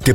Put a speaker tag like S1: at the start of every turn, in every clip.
S1: ¿Te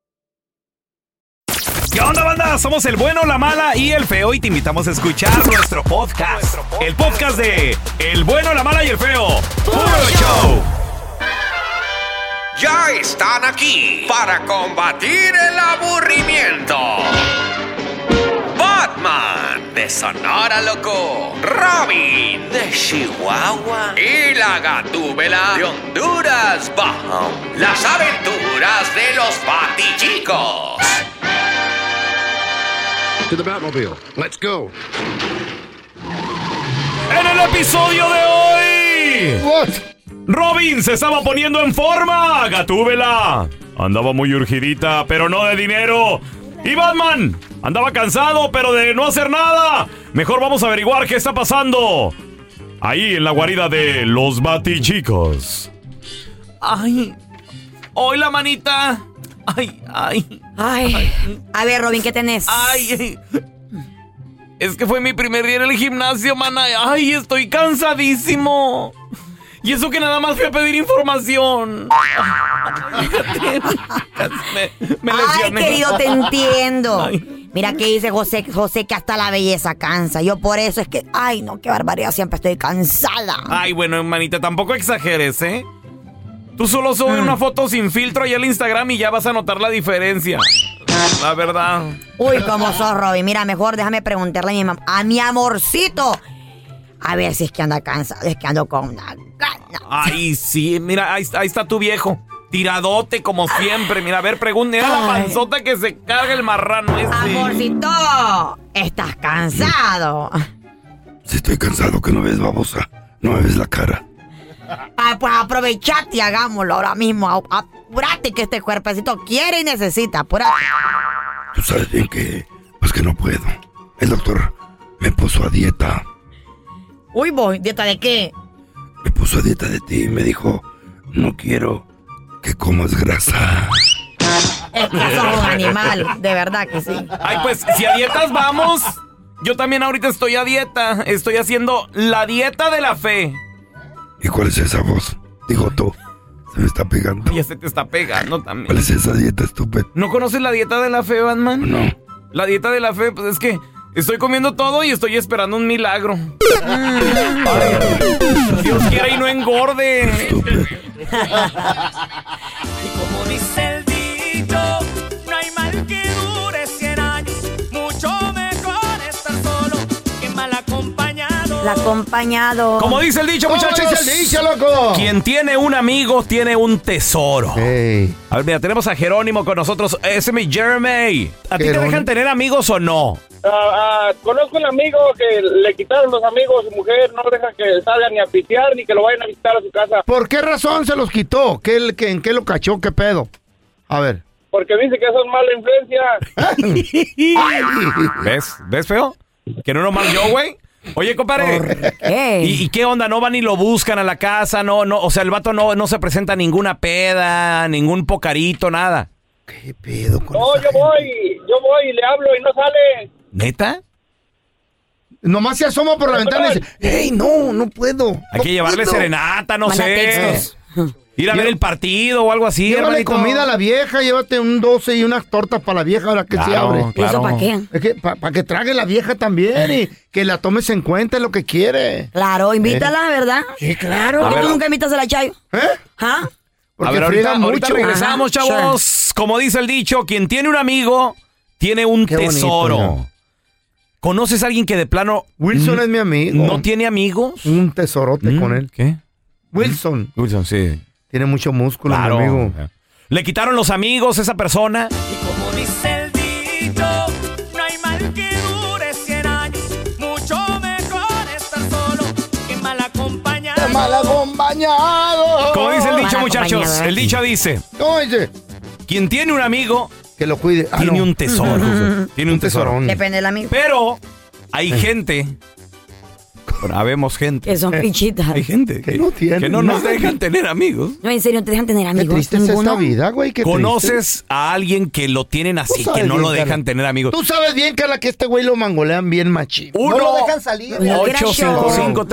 S2: ¿Qué onda, banda? Somos el bueno, la mala y el feo y te invitamos a escuchar nuestro podcast. El podcast de El bueno, la mala y el feo. ¡Puro show!
S3: Ya están aquí para combatir el aburrimiento. Batman de Sonora Loco, Robin de Chihuahua y la Gatúbela de Honduras Bajo. Las aventuras de los patichicos.
S4: To the Batmobile. Let's go.
S2: En el episodio de hoy. Robin se estaba poniendo en forma, Gatúbela. Andaba muy urgidita, pero no de dinero. Y Batman andaba cansado, pero de no hacer nada. Mejor vamos a averiguar qué está pasando. Ahí en la guarida de los Batichicos. Ay. Hola, manita. Ay, ay.
S5: Ay. A ver, Robin, ¿qué tenés?
S2: Ay, es que fue mi primer día en el gimnasio, mana. Ay, estoy cansadísimo. Y eso que nada más fui a pedir información. Ay, fíjate, me, me
S5: Ay,
S2: lesioné.
S5: querido, te entiendo. Mira que dice José, José que hasta la belleza cansa. Yo por eso es que, ay, no, qué barbaridad, siempre estoy cansada.
S2: Ay, bueno, hermanita, tampoco exageres, ¿eh? Tú solo sube
S5: Mm.
S2: una foto sin filtro ahí al Instagram y ya vas a notar la diferencia. La verdad.
S5: Uy, cómo sos, Robin. Mira, mejor déjame preguntarle a mi mamá, a mi amorcito. A ver si es que anda cansado, es que ando con una gana.
S2: Ay, sí, mira, ahí, ahí está tu viejo. Tiradote como siempre. Mira, a ver, pregúntale a la
S5: Ay.
S2: panzota que se carga el marrano este. ese.
S5: Amorcito, estás cansado.
S4: Si estoy cansado que no ves babosa, no me ves la cara.
S5: Ah, pues aprovechate y hagámoslo ahora mismo. A- Apúrate que este cuerpecito quiere y necesita. Apúrate.
S4: Tú sabes bien que, pues que no puedo. El doctor me puso a dieta.
S5: Uy, voy, ¿dieta de qué?
S4: Me puso a dieta de ti y me dijo, no quiero que comas grasa.
S5: Es que sos un animal, de verdad que sí.
S2: Ay, pues si a dietas vamos. Yo también ahorita estoy a dieta. Estoy haciendo la dieta de la fe.
S4: ¿Y cuál es esa voz? Dijo tú. Se me está pegando.
S2: Ya se este te está pegando
S4: ¿Cuál
S2: también.
S4: es esa dieta estúpida?
S2: ¿No conoces la dieta de la fe, Batman?
S4: No.
S2: La dieta de la fe, pues es que estoy comiendo todo y estoy esperando un milagro. Ay, Dios quiera y no engorde.
S4: Estúpido.
S6: Como dice el dicho, no hay mal que dure 100 años. Mucho mejor estar solo que mal acompañado.
S5: La acompañado.
S2: Como dice el dicho, muchachos.
S7: ¡Vámonos, dice, loco!
S2: Quien tiene un amigo tiene un tesoro.
S7: Ey.
S2: A ver, mira, tenemos a Jerónimo con nosotros. Ese es mi Jeremy. ¿A ti te
S7: Jerónimo.
S2: dejan tener amigos o no?
S8: Ah, ah, conozco un amigo que le quitaron los amigos, su mujer no deja que salga ni a pitear ni que lo vayan a visitar a su casa
S7: ¿Por qué razón se los quitó? ¿Qué, el- qué- ¿En qué lo cachó? ¿Qué pedo? A ver.
S8: porque dice que son mala influencia.
S7: Ah,
S2: ¿Ves? ¿Ves, feo? Que no nomás yo, güey. Oye, compadre.
S5: ¿Qué?
S2: ¿Y, y qué onda? ¿No van y lo buscan a la casa? No, no, o sea, el vato no, no se presenta a ninguna peda, ningún pocarito, nada.
S7: ¿Qué pedo con
S8: No,
S7: esa
S8: yo
S7: gente?
S8: voy, yo voy y le hablo y no sale.
S2: ¿Neta?
S7: Nomás se asoma por la ventana y dice, ¡Ey, no, no puedo!
S2: Hay que llevarle serenata, no
S5: Manda
S2: sé.
S5: textos.
S2: Y Ir a ver el partido o algo así,
S7: Llévale
S2: hermanito.
S7: comida a la vieja, llévate un 12 y unas tortas para la vieja ahora que se
S2: Claro,
S7: abre.
S2: ¿Y eso claro. pa' qué?
S7: Es que para que trague la vieja también y que la tomes en cuenta es lo que quiere.
S5: Claro, invítala,
S2: ¿Eh?
S5: ¿verdad?
S7: Sí,
S5: claro.
S7: A
S5: ¿Por qué
S7: ver.
S5: tú nunca invitas a la Chayo?
S7: ¿Eh?
S5: ¿Ah?
S2: a
S7: Porque
S2: ver, ahorita,
S7: friegan
S2: ahorita
S7: mucho.
S2: regresamos,
S7: Ajá,
S2: chavos. Como dice el dicho, quien tiene un amigo tiene un
S7: bonito,
S2: tesoro.
S7: mira.
S2: ¿Conoces a alguien que de plano
S7: Wilson es mi amigo.
S2: no tiene amigos?
S7: Un tesorote con él.
S2: ¿Mm? ¿Qué? ¿Mm?
S7: Wilson.
S2: Wilson, sí.
S7: Tiene mucho músculo, mi
S2: Claro.
S7: amigo.
S2: Le quitaron los amigos a esa persona.
S6: Como dice el dicho, no hay mal que dure 100 años. Mucho mejor estar solo que mal acompañado.
S7: mal acompañado.
S2: Como dice el dicho,
S6: Mal
S2: muchachos,
S6: acompañado, ¿eh?
S2: el dicho dice,
S7: Oye,
S2: quien tiene un amigo
S7: que lo cuide. Ah,
S2: tiene
S7: no.
S2: un tesoro. tiene un tesoro.
S7: tesorón.
S5: Depende del amigo.
S2: Mm. Pero hay gente, habemos gente,
S5: Que son pinchitas.
S2: hay gente
S7: Que
S2: que,
S7: no tiene.
S2: que no nos
S7: nada.
S2: dejan tener amigos.
S5: No, en serio, no te dejan tener
S7: Qué
S5: amigos.
S7: triste es
S5: ninguno.
S7: esta vida, güey. qué triste.
S2: ¿Conoces a alguien que lo tienen así,
S7: sabes
S2: que no
S7: bien,
S2: lo dejan
S7: Carla.
S2: tener amigos?
S7: Tú sabes bien, Carla, que este güey lo mangolean bien machín.
S2: Uno,
S7: no lo dejan salir.
S5: Lo que era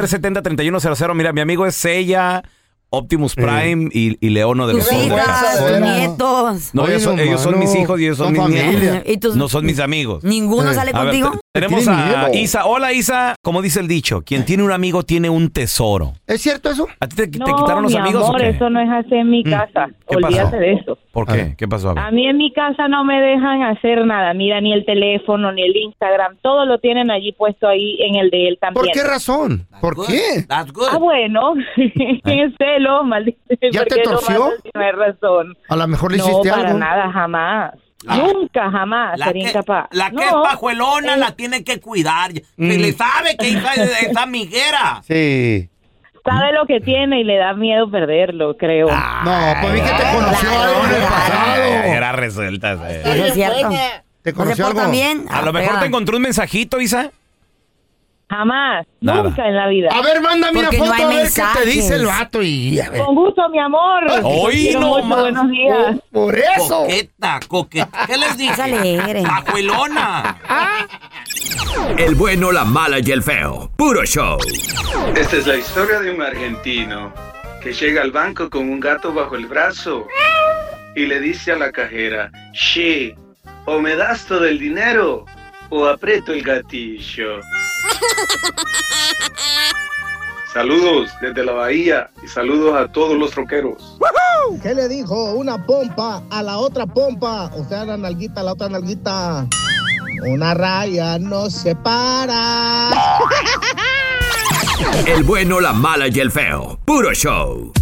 S2: 855-370-3100. Mira, mi amigo es Sella, Optimus Prime y, y Leono de los
S5: Tus
S7: Oye,
S5: hijas, tus
S7: Oye, no.
S5: nietos.
S2: No,
S7: Oye,
S2: ellos, son,
S7: no,
S2: ellos son mis
S7: mano,
S2: hijos y ellos son,
S7: son
S2: mis
S7: familia.
S2: nietos.
S5: ¿Y tus-
S2: No son mis amigos.
S5: ¿Ninguno sale
S2: A ver,
S5: contigo?
S2: te- tenemos
S7: Tienen
S2: a
S7: miedo.
S2: Isa. Hola, Isa. Como dice el dicho, quien tiene un amigo tiene un tesoro.
S7: ¿Es cierto eso?
S2: ¿A ti te, te
S9: No,
S2: quitaron los
S9: mi
S2: amigos
S9: amor,
S2: o qué?
S9: eso no es así en mi
S7: Mm.
S9: casa.
S2: ¿Qué
S9: Olvídate
S2: pasó?
S9: de eso. Ah,
S2: ¿Por
S7: A
S2: qué?
S7: ver.
S2: ¿Qué pasó? A ver.
S9: A mí en mi casa no me dejan hacer nada. Mira, ni el teléfono, ni el Instagram. Todo lo tienen allí puesto ahí en el de él también.
S7: ¿Por qué razón? ¿Por qué?
S9: Ah, bueno. es celo, maldito.
S7: ¿Ya
S9: ¿Por
S7: te
S9: qué lo
S7: torció?
S9: mandas si No hay razón.
S7: A lo mejor le
S9: No,
S7: hiciste
S9: para
S7: algo. Ah.
S9: nada, jamás. Nunca, jamás. sería incapaz. no, Eh.
S10: pajuelona la tiene que cuidar. Se
S7: Mm.
S10: le sabe que hija es esa miguera.
S7: Sí.
S9: sabe lo que tiene y le da miedo perderlo, creo.
S7: No, pues vi que te conoció
S5: claro,
S7: algo en el
S5: claro.
S7: pasado.
S2: Era resuelta. sí.
S5: Eso es cierto.
S7: ¿Te
S5: ¿No se
S7: conoció
S5: portan
S7: algo?
S5: bien?
S2: A
S5: Ah,
S2: lo mejor
S5: pegan.
S2: te encontró un mensajito, Isa.
S9: Jamás.
S2: Nada.
S9: Nunca en la vida.
S7: A ver, mándame una
S5: Porque no
S7: foto
S5: hay
S7: a ver qué
S5: mensajes.
S7: te dice el vato y a ver.
S9: Con gusto, mi amor.
S2: Hoy
S9: Te quiero
S2: no
S9: mucho,
S2: más.
S9: Buenos días.
S7: Por- Por eso.
S10: Coqueta, coqueta. ¿Qué les
S5: Es alegre.
S10: Pajuelona.
S3: El bueno, la mala y el feo. Puro show.
S8: Esta es la historia de un argentino que llega al banco con un gato bajo el brazo y le dice a la cajera, She, o me das todo el dinero o aprieto el gatillo. Saludos desde la bahía y saludos a todos los roqueros.
S11: ¿Qué le dijo una pompa a la otra pompa? O sea, la nalguita a la otra nalguita. Una raya no se para.
S3: El bueno, la mala y el feo. Puro show.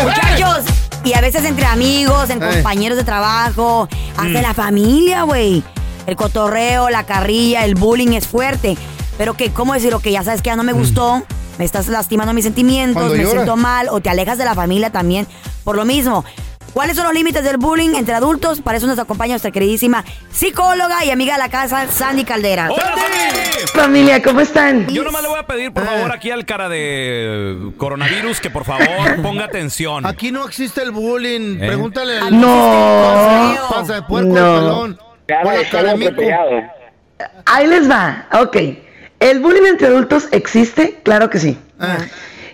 S5: Muchachos, y a veces entre amigos, en
S7: Eh.
S5: compañeros de trabajo, hasta la familia, güey. El cotorreo, la carrilla, el bullying es fuerte. Pero que, ¿cómo decirlo? Que ya sabes que ya no me gustó, me estás lastimando mis sentimientos,
S7: Cuando
S5: me
S7: llora.
S5: siento mal, o te alejas de la familia también por lo mismo. ¿Cuáles son los límites del bullying entre adultos? Para eso nos acompaña nuestra queridísima psicóloga y amiga de la casa, Sandy Caldera.
S2: ¡Hola, Sandy!
S12: Familia, ¿cómo están?
S2: Yo nomás le voy a pedir,
S7: Ah.
S2: por favor, aquí al cara de coronavirus que por favor ponga atención.
S7: Aquí no existe el bullying.
S2: Eh.
S7: Pregúntale
S5: Ah,
S7: al
S12: No.
S5: existe.
S7: pasa de puerco,
S12: No.
S7: el pelón.
S13: Claro,
S7: Hola,
S13: claro,
S7: Caramico.
S13: atropellado.
S12: Ahí les va. Ok. ¿El bullying entre adultos existe? Claro que sí.
S7: Ah.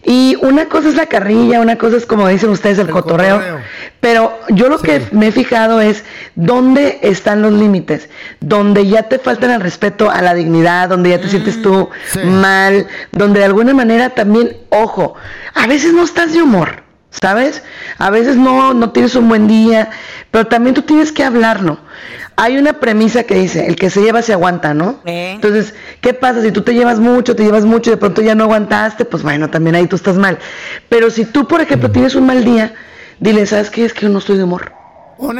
S12: Y una cosa es la carrilla, una cosa es como dicen ustedes el,
S7: El
S12: cotorreo,
S7: cotorreo.
S12: Pero yo lo que me he fijado es dónde están los límites, donde ya te faltan el respeto a la dignidad, donde ya te sientes
S7: Mm,
S12: tú
S7: sí.
S12: mal, donde de alguna manera también, ojo, a veces no estás de humor, ¿sabes? A veces no, no tienes un buen día, pero también tú tienes que hablarlo. Hay una premisa que dice, el que se lleva se aguanta, ¿no?
S5: Eh.
S12: Entonces, ¿qué pasa? Si tú te llevas mucho, te llevas mucho y de pronto ya no aguantaste, pues bueno, también ahí tú estás mal. Pero si tú, por ejemplo, tienes un mal día, dile, ¿sabes qué? Es que yo no estoy de humor.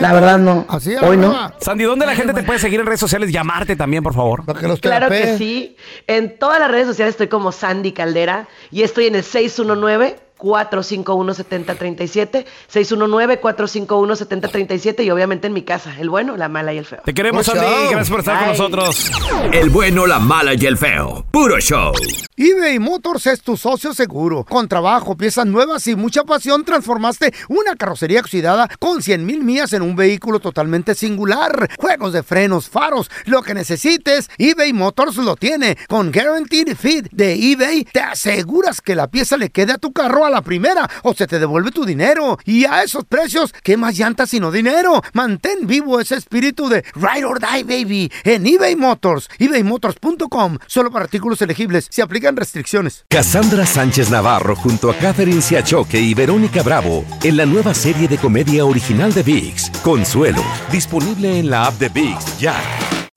S12: La verdad no.
S7: Así es,
S12: Hoy no.
S7: ¿verdad?
S2: Sandy, ¿dónde la gente te puede seguir en redes sociales? Llamarte también, por favor.
S7: Para que los
S12: Claro que
S7: terapees.
S12: sí. En todas las redes sociales estoy como Sandy Caldera y estoy en el 619 451 7037, 619 451 7037 y obviamente en mi casa, el bueno, la mala y el feo.
S2: Te queremos,
S7: Buen
S2: Sandy.
S7: show.
S2: Gracias por estar con
S12: Bye.
S2: nosotros.
S3: El bueno, la mala y el feo. Puro show.
S7: eBay Motors es tu socio seguro. Con trabajo, piezas nuevas y mucha pasión, transformaste una carrocería oxidada con 100 mil millas en un vehículo totalmente singular. Juegos de frenos, faros, lo que necesites, eBay Motors lo tiene. Con Guaranteed Fit de eBay, te aseguras que la pieza le quede a tu carro a la primera o se te devuelve tu dinero. Y a esos precios, ¿qué más llantas sino dinero? Mantén vivo ese espíritu de Ride or Die Baby en eBay Motors, ebaymotors.com, solo para artículos elegibles, se aplican restricciones.
S14: Cassandra Sánchez Navarro junto a Catherine Siachoque y Verónica Bravo en la nueva serie de comedia original de VIX, Consuelo, disponible en la app de VIX ya.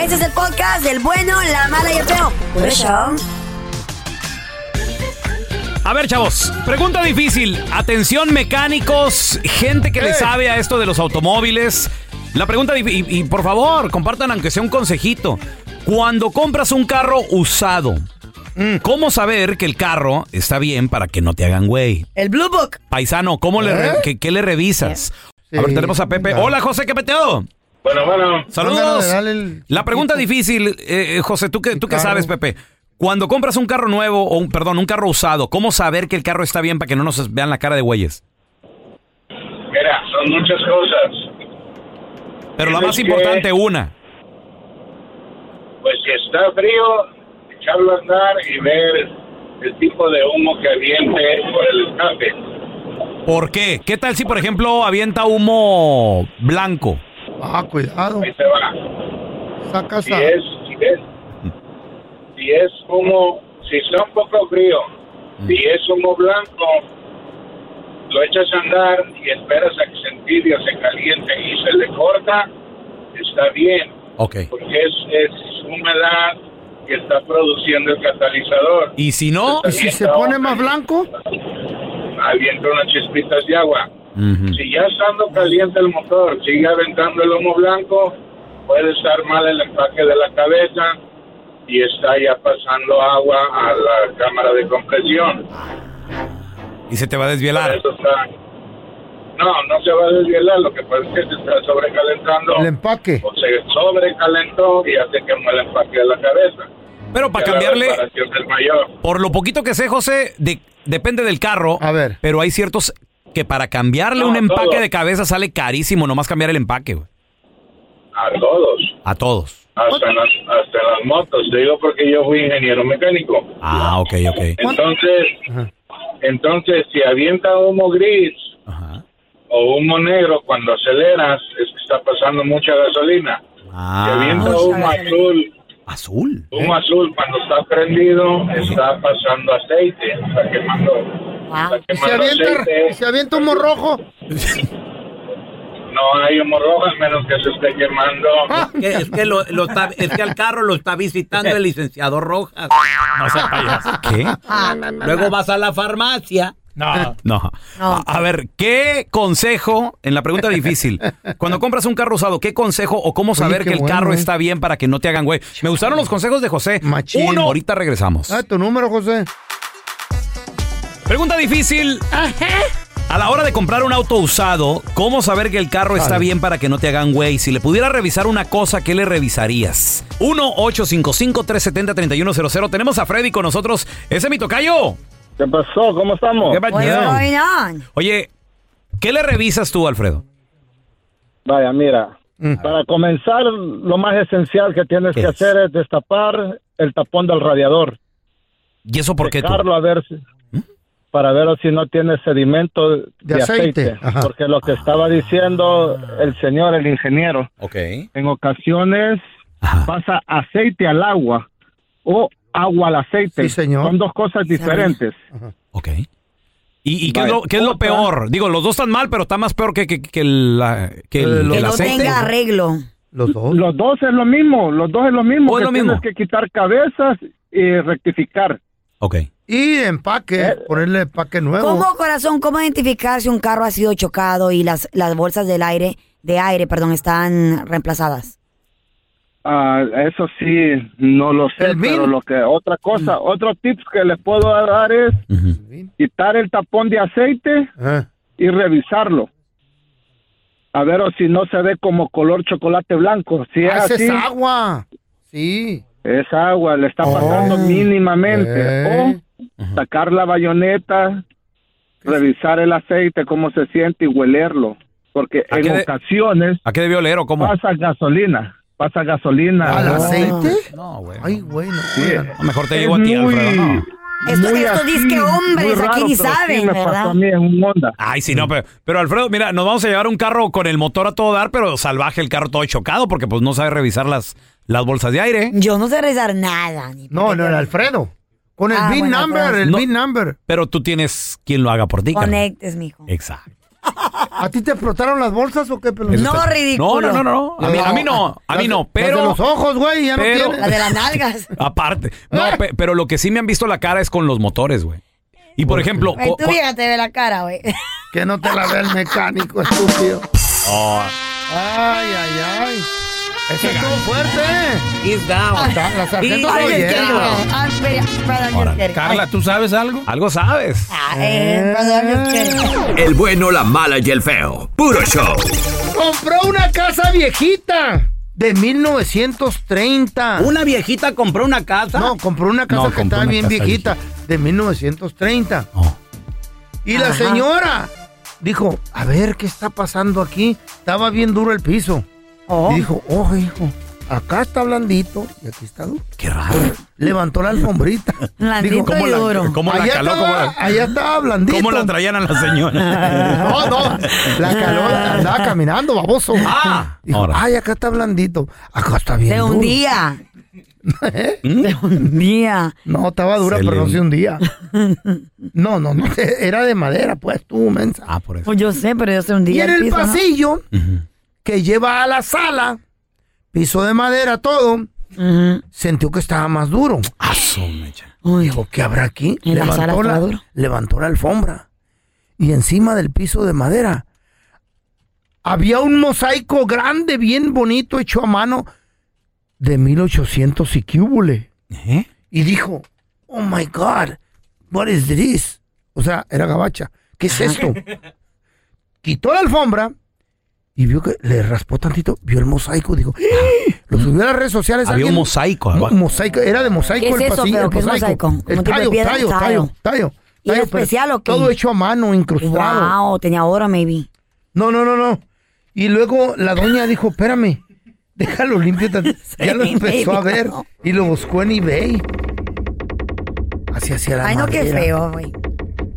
S5: Este es el podcast del bueno, la mala y el feo. Por eso.
S2: A ver, chavos, pregunta difícil. Atención, mecánicos, gente que le sabe a esto de los automóviles. La pregunta, dif- y, y por favor, compartan aunque sea un consejito. Cuando compras un carro usado, ¿cómo saber que el carro está bien para que no te hagan güey?
S5: El Blue Book.
S2: Paisano, ¿cómo le re- qué, qué le revisas? A ver, tenemos a Pepe. Hola, José, ¿qué peteo?
S15: Bueno, bueno.
S2: Saludos. La pregunta difícil, eh, eh, José, ¿tú qué, tú qué sabes, Pepe? Cuando compras un carro nuevo, o un, perdón, un carro usado, ¿cómo saber que el carro está bien para que no nos vean la cara de güeyes?
S15: Mira, son muchas cosas.
S2: Pero la
S15: Tienes
S2: más
S15: que-
S2: importante, una.
S15: Pues si está frío, echarlo a andar y ver el tipo de humo que aviente por el escape.
S2: ¿Por qué? ¿Qué tal si, por ejemplo, avienta humo blanco?
S7: Ah, cuidado.
S15: Ahí se va.
S7: Sacas
S15: Si es, si es, si es humo, si está un poco frío,
S7: Mm.
S15: si es humo blanco, lo echas a andar y esperas a que se entibie o se caliente y se le corta, está bien.
S2: Ok.
S15: porque es, es humedad que está produciendo el catalizador.
S2: Y si no,
S7: ¿Y si se pone más blanco?
S15: avienta unas chispitas de agua.
S16: Mm-hmm.
S15: Si ya estando caliente el motor sigue aventando el humo blanco, puede estar mal el empaque de la cabeza y está ya pasando agua a la cámara de compresión.
S2: Y se te va a desvielar.
S15: Eso está- No, no se va a desvielar, lo que pasa es que se está sobrecalentando.
S7: El empaque.
S15: O se sobrecalentó y ya se quemó el empaque de la cabeza.
S2: Pero para
S15: Ya
S2: cambiarle-
S15: La reparación es mayor.
S2: Por lo poquito que sé, José, de- depende del carro. A ver. Pero hay ciertos que para cambiarle
S15: No,
S2: un empaque
S15: todo.
S2: de cabeza sale carísimo, nomás cambiar el empaque, güey.
S15: A todos.
S2: A todos.
S15: Hasta en las, hasta en las motos, te digo porque yo fui ingeniero mecánico.
S2: Ah, ok, ok.
S15: Entonces, entonces si avienta humo gris o humo negro cuando aceleras, es que está pasando mucha gasolina. Si
S7: Ah,
S15: avienta humo azul,
S2: ¿Azul?
S7: ¿eh?
S15: humo azul cuando está prendido, está pasando aceite, está quemando.
S7: ¿Y se avienta, y se avienta humo rojo?
S15: No hay humo rojo a menos que se esté quemando.
S17: Que- es, que lo, lo está- es que al carro lo está visitando el licenciado Rojas.
S2: ¿Qué?
S17: Luego vas a la farmacia.
S2: No. No. A, a ver, ¿qué consejo, en la pregunta difícil, cuando compras un carro usado, qué consejo o cómo saber
S7: qué
S2: que el
S7: bueno,
S2: carro
S7: eh.
S2: está bien para que no te hagan güey? Me gustaron los consejos de José. Uno, ahorita regresamos.
S7: Ah, tu número, José.
S2: Pregunta difícil. A la hora de comprar un auto usado, ¿cómo saber que el carro está bien para que no te hagan güey? Si le pudiera revisar una cosa, ¿qué le revisarías? 1-855-370-3100. Tenemos a Freddy con nosotros. Ese es mi tocayo.
S8: ¿Qué pasó? ¿Cómo estamos?
S2: ¿Qué
S5: What's
S2: pasó?
S5: going on?
S2: Oye, ¿qué le revisas tú, Alfredo?
S8: Vaya, mira,
S2: Mm.
S8: para comenzar, lo más esencial que tienes que hacer es destapar el tapón del radiador.
S2: ¿Y eso por qué tú? ¿Mm?
S8: Dejarlo a ver si- para ver si no tiene sedimento de, aceite.
S2: aceite, ajá. Ah.
S8: Porque lo que estaba diciendo el señor, el ingeniero,
S2: Ok.
S8: en ocasiones pasa aceite al agua o agua al aceite.
S2: Sí, señor.
S8: Son dos cosas diferentes.
S2: ¿Y, y qué, es
S8: Vaya,
S2: lo, qué es lo
S8: otra.
S2: peor? Digo, los dos están mal, pero está más peor que, que, que el, la- que el, el aceite.
S5: arreglo.
S7: Los dos.
S8: Los dos es lo mismo, los dos es lo mismo.
S2: ¿O es
S8: que
S2: lo
S8: Tienes
S2: mismo?
S8: que quitar cabezas y rectificar. Eh,
S2: Ok.
S7: Y empaque, ponerle empaque nuevo.
S5: ¿Cómo, corazón, cómo identificar si un carro ha sido chocado y las, las bolsas del aire, de aire, perdón, están reemplazadas?
S8: Ah, eso sí, no lo sé, pero lo que otra cosa,
S7: Mm.
S8: otro tips que les puedo dar es quitar el tapón de aceite
S16: Ah.
S8: y revisarlo. A ver o si no se ve como color chocolate blanco, si es
S7: Ah, esa
S8: así,
S7: es agua. Sí. Oh.
S8: es agua, le está pasando mínimamente.
S7: Eh.
S8: O sacar la bayoneta, revisar el aceite, cómo se siente y huelerlo, porque
S2: qué
S8: en
S2: de-
S8: ocasiones
S2: ¿A qué debió leer o cómo?
S8: pasa gasolina, pasa gasolina.
S2: ¿Al
S8: No.
S5: Ah.
S2: aceite?
S7: No, güey. Ay, güey, no.
S2: Ah, Mejor te
S8: Es
S2: llevo a ti,
S8: muy-
S2: Alfredo. No.
S5: Esto,
S8: Muy
S5: estos
S8: así,
S5: disque
S8: muy
S5: hombres
S8: raro,
S5: aquí ni
S8: pero sí
S5: saben,
S8: me pasó
S5: ¿verdad?
S8: a mí en un Honda.
S7: Ah,
S2: Ay, sí,
S7: Mm.
S2: no, pero, pero Alfredo, mira, nos vamos a llevar un carro con el motor a todo dar, pero salvaje el carro todo chocado porque pues no sabe revisar las, las bolsas de aire.
S5: Yo no sé rezar nada. ni-
S7: No, no, el Alfredo. Con el
S5: Ah,
S7: bin
S5: bueno,
S7: number,
S5: pues.
S7: el
S2: No.
S7: bin number.
S2: Pero tú tienes quien lo haga por ti, carnal.
S5: Conectes, mijo.
S2: Exacto.
S7: ¿A ti te explotaron las bolsas o qué, pelón?
S2: Eso está- No, no, no, no. A mí, a mí no, a mí no, pero...
S7: Las de los ojos, güey, ya
S2: pero-
S7: no tiene.
S2: La de las
S5: nalgas.
S2: Aparte. No, pe- pero lo que sí me han visto la cara es con los motores, güey. Y por ejemplo...
S5: Ay,
S2: co-
S5: tú
S2: co-
S5: vieja te ve la cara, güey.
S7: Que no te la ve el mecánico, estúpido.
S2: Oh,
S7: Ay, ay, ay. Eso estuvo fuerte.
S17: He's down.
S7: Está- la sargento
S5: I'm
S7: Roy,
S5: just
S7: eh.
S5: kidding, bro. I'm very- brother, I'm just kidding.
S2: Carla, ¿tú sabes algo? Algo sabes.
S5: Ay, brother, I'm just
S7: Eh.
S5: kidding.
S3: El bueno, la mala y el feo. Puro show.
S7: Compró una casa viejita de 1930.
S17: ¿Una viejita compró una casa?
S7: No, compró una casa
S2: No,
S7: que
S2: compró
S7: estaba
S2: una
S7: bien
S2: casa Oh.
S7: viejita de 1930. Y la
S2: Ajá.
S7: señora dijo, a ver, ¿qué está pasando aquí? Estaba bien duro el piso. Y dijo, oh, hijo, acá está blandito y aquí está duro. Qué raro. Levantó la alfombrita.
S5: Blandito
S7: ¿cómo
S5: y
S7: la-
S5: duro.
S2: ¿Cómo la
S7: allá
S2: caló?
S7: Estaba,
S2: ¿Cómo la-
S7: Allá estaba blandito.
S2: ¿Cómo la traían a la señora?
S7: No, no, la caló, andaba caminando, baboso.
S2: Ah,
S7: Dijo,
S2: ahora.
S7: ay, acá está blandito. Acá está bien
S5: De un
S7: duro.
S5: día.
S7: De
S5: un día.
S7: No, estaba dura,
S2: Se
S7: pero no
S2: le-
S7: sé un día. No, no, no. Era de madera, pues, tú, mensa.
S2: Ah, por eso.
S5: Pues yo sé, pero yo sé un
S7: Y
S5: día.
S7: en el
S5: piso, ¿no?
S7: pasillo que lleva a la sala, piso de madera, todo, sintió que estaba más duro. Dijo, ¿qué habrá aquí?
S5: En la sala estaba duro.
S7: levantó la alfombra. Y encima del piso de madera había un mosaico grande, bien bonito, hecho a mano, de 1800 y cúbule. Y dijo, oh my God, what is this? O sea, era gabacha. ¿Qué es esto? Quitó la alfombra y vio que le raspó tantito, vio el mosaico, dijo, "¡Ah!". lo subió a las redes sociales.
S2: Mm. Había un
S7: alguien-
S2: mosaico
S7: Mo-
S2: abajo.
S7: mosaico, era de mosaico
S5: ¿Qué es
S7: el
S5: eso,
S7: pasillo.
S5: feo?
S7: el
S5: ¿Qué es mosaico? ¿Un
S7: El
S5: tipo de
S7: tallo,
S5: piedra?
S7: tallo,
S5: ¿Tallo?
S7: tallo, tallo.
S5: ¿Y era
S7: tallo, pero
S5: especial o qué?
S7: Todo hecho a mano, incrustado.
S5: Wow, tenía hora, maybe.
S7: No, no, no, no. Y luego la doña dijo, espérame, déjalo limpio. tantito". ya lo empezó a ver y lo buscó en eBay. Así hacía la
S5: Ay, no, qué
S7: madera.
S5: feo, güey.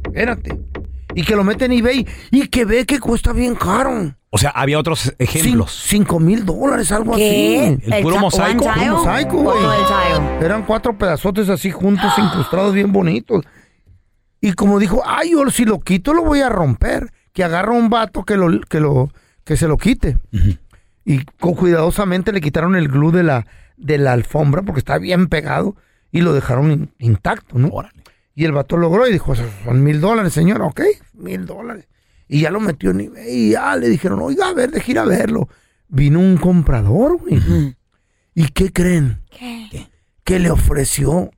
S7: Espérate. Y que lo mete en eBay y que ve que cuesta bien caro.
S2: O sea, había otros
S7: Cin-
S2: ejemplos.
S7: Cinco mil dólares, algo
S5: ¿Qué?
S7: así.
S2: El puro
S5: cha-
S2: mosaico.
S5: one tile?
S7: Un mosaico, güey.
S5: Todo el tile.
S7: Eran cuatro pedazotes así juntos, incrustados, bien bonitos. Y como dijo, ay, yo si lo quito lo voy a romper. Que agarra un vato que lo, que lo, que se lo quite. Y co- cuidadosamente le quitaron el glue de la, de la alfombra, porque estaba bien pegado, y lo dejaron in- intacto, ¿no? Y el vato logró y dijo, son mil dólares, señora, ok, mil dólares. Y ya lo metió en eBay y ya le dijeron, oiga, a ver, deje ir a verlo. Vino un comprador, güey. ¿Y qué creen? que le ofreció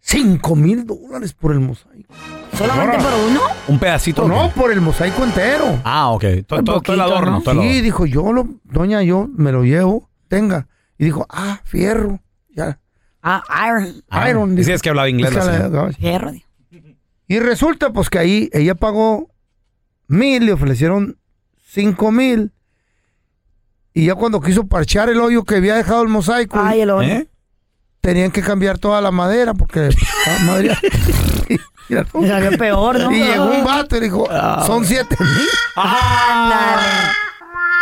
S7: cinco mil dólares por el mosaico.
S5: ¿Solamente por uno?
S2: Un pedacito.
S7: No, por el mosaico entero.
S2: Ah, ok. Todo, todo- todo el
S7: Poquito,
S2: adorno.
S7: ¿no?
S2: todo el adorno.
S7: Sí, dijo, yo lo, doña, yo me lo llevo, tenga. Y dijo, ah, fierro, ya.
S5: Ah, Iron.
S2: Ah,
S7: Iron.
S2: sí,
S7: dijo.
S2: es que hablaba inglés
S7: Es que
S2: la
S7: hablaba-
S2: señora.
S5: Fierro. dijo.
S7: Y resulta pues que ahí ella pagó mil, le ofrecieron cinco mil. Y ya cuando quiso parchar el hoyo que había dejado el mosaico,
S5: Ay, el hoyo.
S2: ¿Eh?
S7: tenían que cambiar toda la madera porque ah, estaba madera. Mira tú.
S5: Salió peor, ¿no? Ah.
S7: Y llegó un vato y dijo, ah. son siete mil.
S5: Ándale.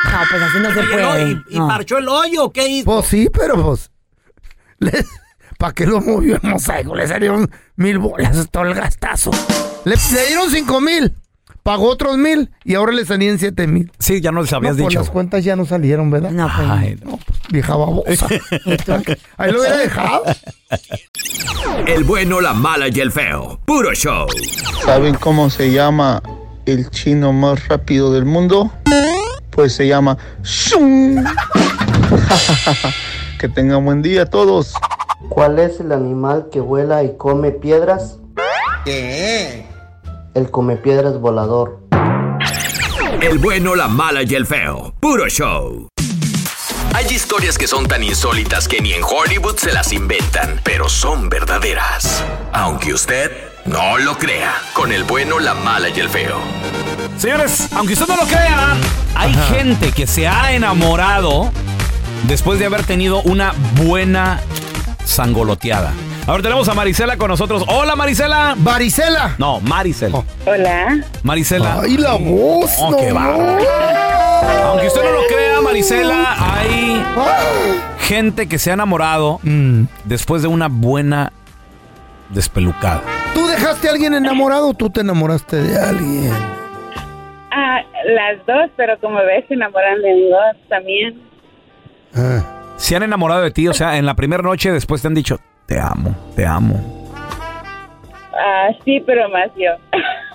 S5: No, pues así no se
S17: Oye, no,
S5: puede.
S17: ¿Y, y parchó el hoyo? o ¿Qué hizo?
S7: Pues sí, pero pues, ¿para qué lo movió el mosaico? Le salieron mil bolas, todo el gastazo. Le, le dieron cinco mil, pagó otros mil y ahora le salían siete mil.
S2: Sí, ya no les
S7: No,
S2: habías
S7: pues,
S2: dicho.
S7: las cuentas ya no salieron, ¿verdad?
S5: No, pues.
S2: Ay, no.
S7: Vieja babosa. Ahí lo hubiera dejado.
S3: El bueno, la mala y el feo. Puro show.
S18: ¿Saben cómo se llama el chino más rápido del mundo? Pues se llama Shun. que tengan buen día a todos. ¿Cuál es el animal que vuela y come piedras?
S19: ¿Qué?
S18: El come piedras volador.
S3: El bueno, la mala y el feo. Puro show. Hay historias que son tan insólitas que ni en Hollywood se las inventan, pero son verdaderas. Aunque usted no lo crea, con el bueno, la mala y el feo.
S2: Señores, aunque usted no lo crea, hay gente que se ha enamorado después de haber tenido una buena sangoloteada. Ahora tenemos a Marisela con nosotros. Hola Marisela.
S7: Marisela. Oh.
S2: No, Marisela.
S20: Hola.
S2: Marisela.
S7: Ay, la voz.
S2: Oh, qué bárbaro. Aunque usted no lo crea, Marisela, hay gente que se ha enamorado después de una buena despelucada.
S7: ¿Tú dejaste a alguien enamorado o tú te enamoraste de alguien?
S20: Ah, las dos, pero como ves, se enamoran de mí dos también.
S7: Ah.
S2: Se han enamorado de ti, o sea, en la primera noche después te han dicho, te amo, te amo.
S20: Ah, sí, pero más yo.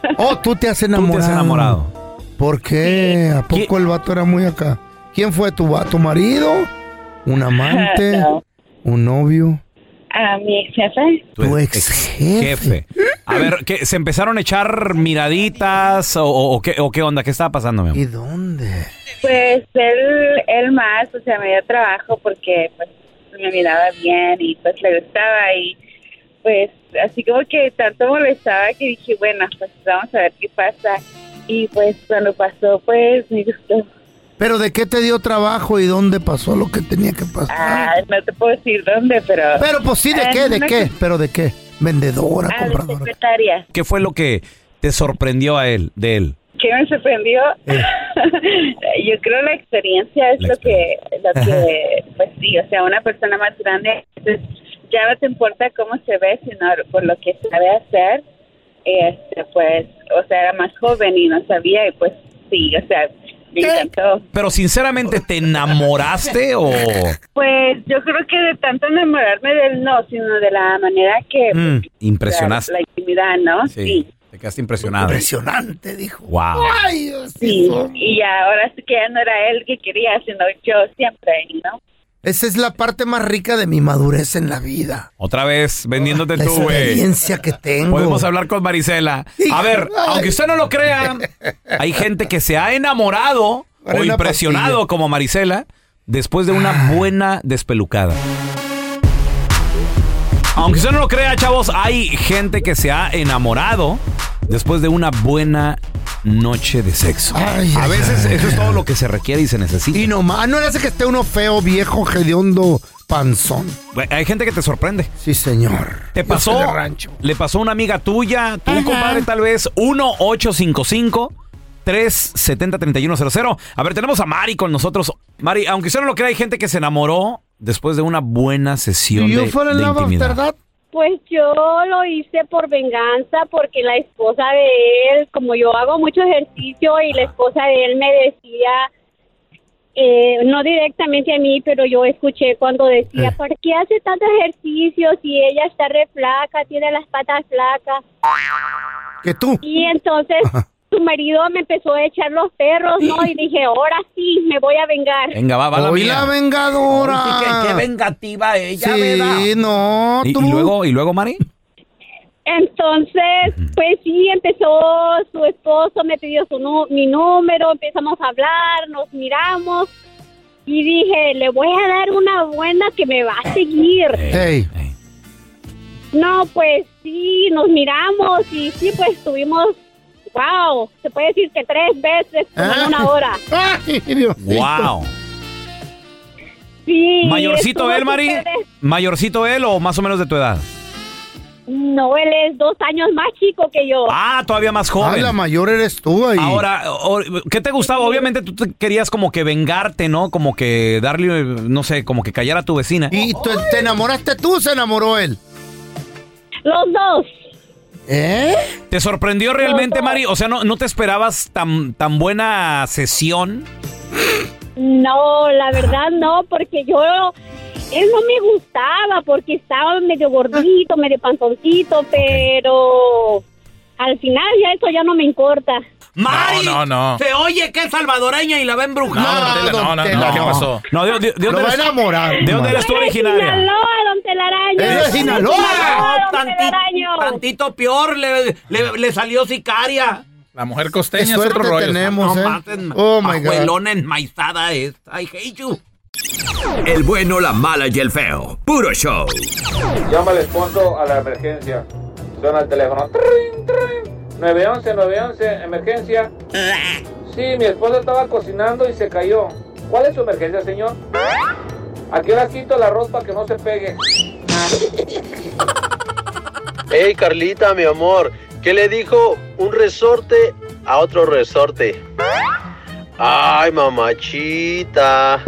S7: Oh, tú te has enamorado.
S2: enamorado.
S7: ¿Por qué? ¿A poco el vato era muy acá? ¿Quién fue tu vato? marido? ¿Un amante?
S20: No.
S7: ¿Un novio?
S20: A mi ex jefe.
S7: ¿Tu ex jefe?
S2: A ver, ¿qué, ¿se empezaron a echar miraditas o, o- o qué, o qué onda? ¿Qué estaba pasando, mi amor?
S20: Pues él, él más, o sea, me dio trabajo porque pues me miraba bien y pues le gustaba y pues así como que tanto molestaba que dije, bueno, pues vamos a ver qué pasa. Y pues cuando pasó, pues me gustó.
S7: ¿Pero de qué te dio trabajo y dónde pasó lo que tenía que pasar?
S20: Ah, no te puedo decir dónde, pero...
S7: Pero pues sí, ¿de
S20: Ah,
S7: qué? ¿De
S20: una-
S7: qué? ¿Pero de qué? ¿Vendedora?
S20: Ah, de
S7: compradora?
S20: secretaria.
S2: ¿Qué fue lo que te sorprendió a él, de él?
S20: ¿Qué me sorprendió? Yo creo la experiencia es
S2: Eh. La
S20: lo que, lo que, pues sí, o sea, una persona más grande, entonces, ya no te importa cómo se ve, sino por lo que sabe hacer, este, pues, o sea, era más joven y no sabía, y pues sí, o sea, me encantó.
S2: Pero sinceramente, ¿te enamoraste o...?
S20: Pues yo creo que de tanto enamorarme del no, sino de la manera que...
S2: Mm,
S20: pues,
S2: impresionaste.
S20: La, la intimidad, ¿no?
S2: Sí. Te quedaste impresionado.
S7: Impresionante, dijo.
S2: Wow.
S7: Ay,
S20: Sí, y ya ahora sí que ya no era él que quería, sino yo siempre, ¿no?
S7: Esa es la parte más rica de mi madurez en la vida.
S2: Otra vez vendiéndote
S7: La
S2: tú, güey.
S7: experiencia que tengo.
S2: Podemos hablar con Marisela. A ver,
S7: Ay.
S2: aunque usted no lo crea, hay gente que se ha enamorado
S7: Para
S2: o
S7: una
S2: impresionado
S7: pastilla.
S2: como Marisela después de una buena despelucada. Aunque usted no lo crea, chavos, hay gente que se ha enamorado después de una buena noche de sexo. a veces eso es todo lo que se requiere y se necesita.
S7: Y nomás, no le hace que esté uno feo, viejo, hediondo, panzón.
S2: Güey, Hay gente que te sorprende.
S7: Sí, señor.
S2: ¿Te
S7: Yo
S2: pasó?
S7: soy de rancho.
S2: ¿Le pasó a una amiga tuya? ¿Tu compadre tal vez? 1-855-370-3100. A ver, tenemos a Mari con nosotros. Mari, aunque usted no lo crea, hay gente que se enamoró después de una buena sesión de, de intimidad.
S21: Pues yo lo hice por venganza porque la esposa de él, como yo hago mucho ejercicio y la esposa de él me decía, eh, no directamente a mí, pero yo escuché cuando decía,
S7: Eh.
S21: ¿por qué hace tanto ejercicio si ella está re flaca, tiene las patas flacas?
S7: ¿Que tú?
S21: Y entonces su marido me empezó a echar los perros, ¿no? Y dije, ahora sí, me voy a vengar.
S2: Venga, va, va la
S21: Hoy
S2: mía.
S21: la
S7: vengadora.
S21: Ay, sí, qué- qué
S2: vengativa
S21: ella, ¿verdad?
S7: no,
S2: ¿Y, y luego, ¿Y luego, Mari?
S21: Entonces, pues sí, empezó su esposo, me pidió su nu- mi número, empezamos a hablar, nos miramos y dije, le voy a dar una buena que me va a seguir.
S7: Hey.
S21: No, pues sí, nos miramos y sí, pues estuvimos, wow, se puede decir que tres veces como en una hora.
S2: ¡Wow!
S21: Sí,
S2: ¿Mayorcito
S21: estuvo
S2: él, Mari?
S21: súper-
S2: ¿Mayorcito él o más o menos de tu edad?
S21: No, él es dos años más chico que yo.
S2: Ah, todavía más joven.
S7: Ah, la mayor eres tú ahí.
S2: Ahora, o- ¿qué te gustaba? Obviamente tú te querías como que vengarte, ¿no? Como que darle, no sé, como que callar a tu vecina.
S7: ¿Y tú- te enamoraste tú o se enamoró él?
S21: Los dos.
S7: ¿Eh?
S2: ¿Te sorprendió realmente, Mari? O sea, ¿no, no te esperabas tan, tan buena sesión?
S21: No, la verdad no, porque yo él no me gustaba porque estaba medio gordito, medio pantoncito, pero al final ya eso ya no me importa.
S17: Mari.
S22: No, no, no.
S17: Se oye que es salvadoreña y la va embrujada.
S22: No, no, no, no, ¿qué pasó?
S2: No, ¿de, de, de
S22: Lo
S2: dónde
S22: va
S2: eres?
S22: a enamorar,
S2: ¿De dónde eres tú originaria?
S21: Sinaloa, don Telaraño.
S2: ¡Eres de Sinaloa!
S17: No, tantito, tantito peor, le, le- le salió sicaria.
S22: La mujer costeña es
S17: Suerte
S22: otro rollo.
S17: tenemos, No ¿eh? maten, Oh, my God. pajuelona enmaizada es. I hate you.
S3: El bueno, la mala y el feo. Puro show.
S23: Llama al esposo a la emergencia. Suena el teléfono. Trin, trin. 911, 911, emergencia. Sí, mi esposa estaba cocinando y se cayó. ¿Cuál es su emergencia, señor? Aquí la quito la ropa que no se pegue.
S24: Hey Carlita, mi amor, ¿qué le dijo un resorte a otro resorte? Ay, mamachita.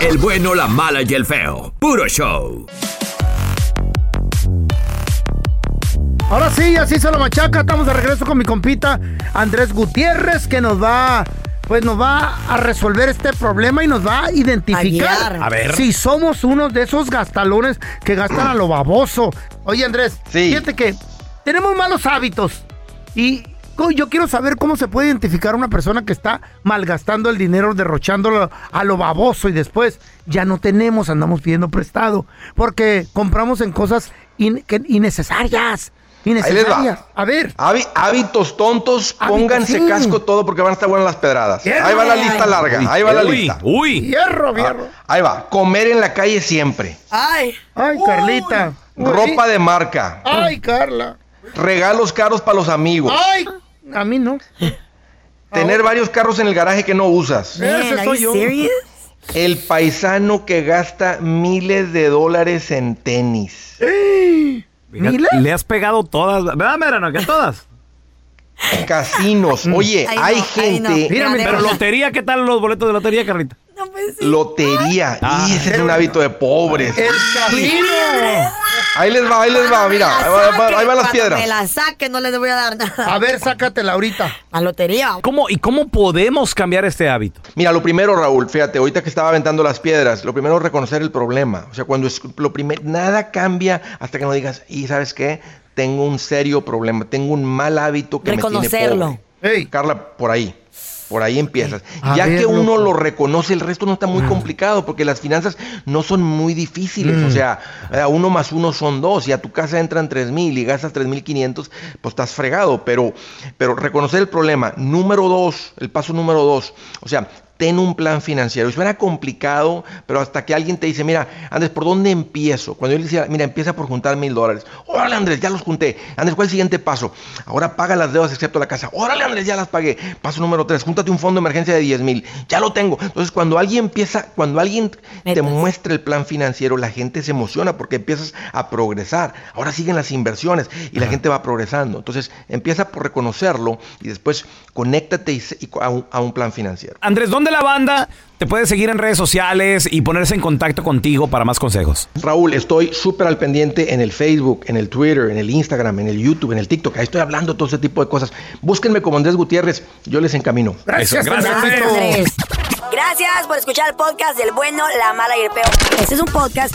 S3: El bueno, la mala y el feo. Puro show.
S7: Ahora sí, así se lo machaca. Estamos de regreso con mi compita Andrés Gutiérrez, que nos va, pues nos va a resolver este problema y nos va a identificar
S2: A ver.
S7: si somos unos de esos gastalones que gastan a lo baboso. Oye, Andrés, fíjate que tenemos malos hábitos y co- yo quiero saber cómo se puede identificar una persona que está malgastando el dinero, derrochándolo a lo baboso y después ya no tenemos, andamos pidiendo prestado porque compramos en cosas in- que- innecesarias.
S25: Ahí les
S7: Innecesarias.
S25: va.
S7: A ver.
S25: Hábi- hábitos tontos,
S7: Hábitos,
S25: pónganse
S7: sí.
S25: casco todo porque van a estar buenas las pedradas. ahí va la lista larga,
S7: Uy,
S25: ahí va la
S7: uy,
S25: lista. Ah,
S2: Uy.
S7: Hierro, hierro.
S25: ahí va, comer en la calle siempre.
S7: Ay. Ay, Carlita.
S25: Ropa de marca.
S7: Ay, Carla.
S25: Regalos caros para los amigos.
S7: Ay, Ah, a mí no.
S25: Tener varios carros en el garaje que no usas.
S7: Man, Ese are soy you yo. serious?
S25: El paisano que gasta miles de dólares en tenis.
S2: Mira, Le has pegado todas, ¿verdad, Merano? Que todas. Mm.
S25: Casinos. Oye,
S2: Ay,
S25: hay
S2: no,
S25: gente.
S2: Mírame, pero lotería, ¿qué tal los boletos de lotería, Carlita?
S25: Lotería.
S2: Ah.
S25: Y ese es un hábito de pobres.
S7: casino!
S25: Ahí les va, ahí les va, mira. Ahí, va- ahí va- ahí van las piedras.
S5: Me la saque, no les voy a dar nada.
S7: A ver, sácatela ahorita.
S5: La lotería.
S2: ¿Cómo, ¿Y cómo podemos cambiar este hábito?
S25: Mira, lo primero, Raúl, fíjate, ahorita que estaba aventando las piedras, lo primero es reconocer el problema. O sea, cuando es lo primero, nada cambia hasta que no digas, y sabes qué, tengo un serio problema, tengo un mal hábito que
S5: Reconocerlo.
S25: me tiene pobre. Carla, por ahí, por ahí empiezas.
S5: A
S25: ya
S5: ver,
S25: que uno
S5: loco. Mm.
S25: lo reconoce, el resto no está muy complicado, porque las finanzas no son muy difíciles. O
S26: Mm.
S25: sea, eh, uno más uno son dos, y a tu casa entran tres mil y gastas tres mil quinientos, pues estás fregado. Pero, pero reconocer el problema. Número dos, el paso número dos. O sea, ten un plan financiero. Y suena complicado, pero hasta que alguien te dice, mira, Andrés, ¿por dónde empiezo? Cuando yo le decía, mira, empieza por juntar mil dólares. Órale, Andrés, ya los junté. Andrés, ¿cuál es el siguiente paso? Ahora paga las deudas excepto la casa. Órale, Andrés, ya las pagué. Paso número tres, júntate un fondo de emergencia de 10 mil. Ya lo tengo. Entonces, cuando alguien empieza, cuando alguien te muestra el plan financiero, la gente se emociona porque empiezas a progresar. Ahora siguen las inversiones y la gente va progresando. Entonces, empieza por reconocerlo y después conéctate y se- y a un- a un plan financiero.
S2: Andrés, ¿dónde la banda te puede seguir en redes sociales y ponerse en contacto contigo para más consejos?
S25: Raúl, estoy súper al pendiente en el Facebook, en el Twitter, en el Instagram, en el YouTube, en el TikTok. Ahí estoy hablando todo ese tipo de cosas. Búsquenme como Andrés Gutiérrez, yo les encamino.
S2: Gracias, Eso, gracias,
S25: Andrés.
S5: Gracias por escuchar el podcast del bueno, la mala y el peo. Este es un podcast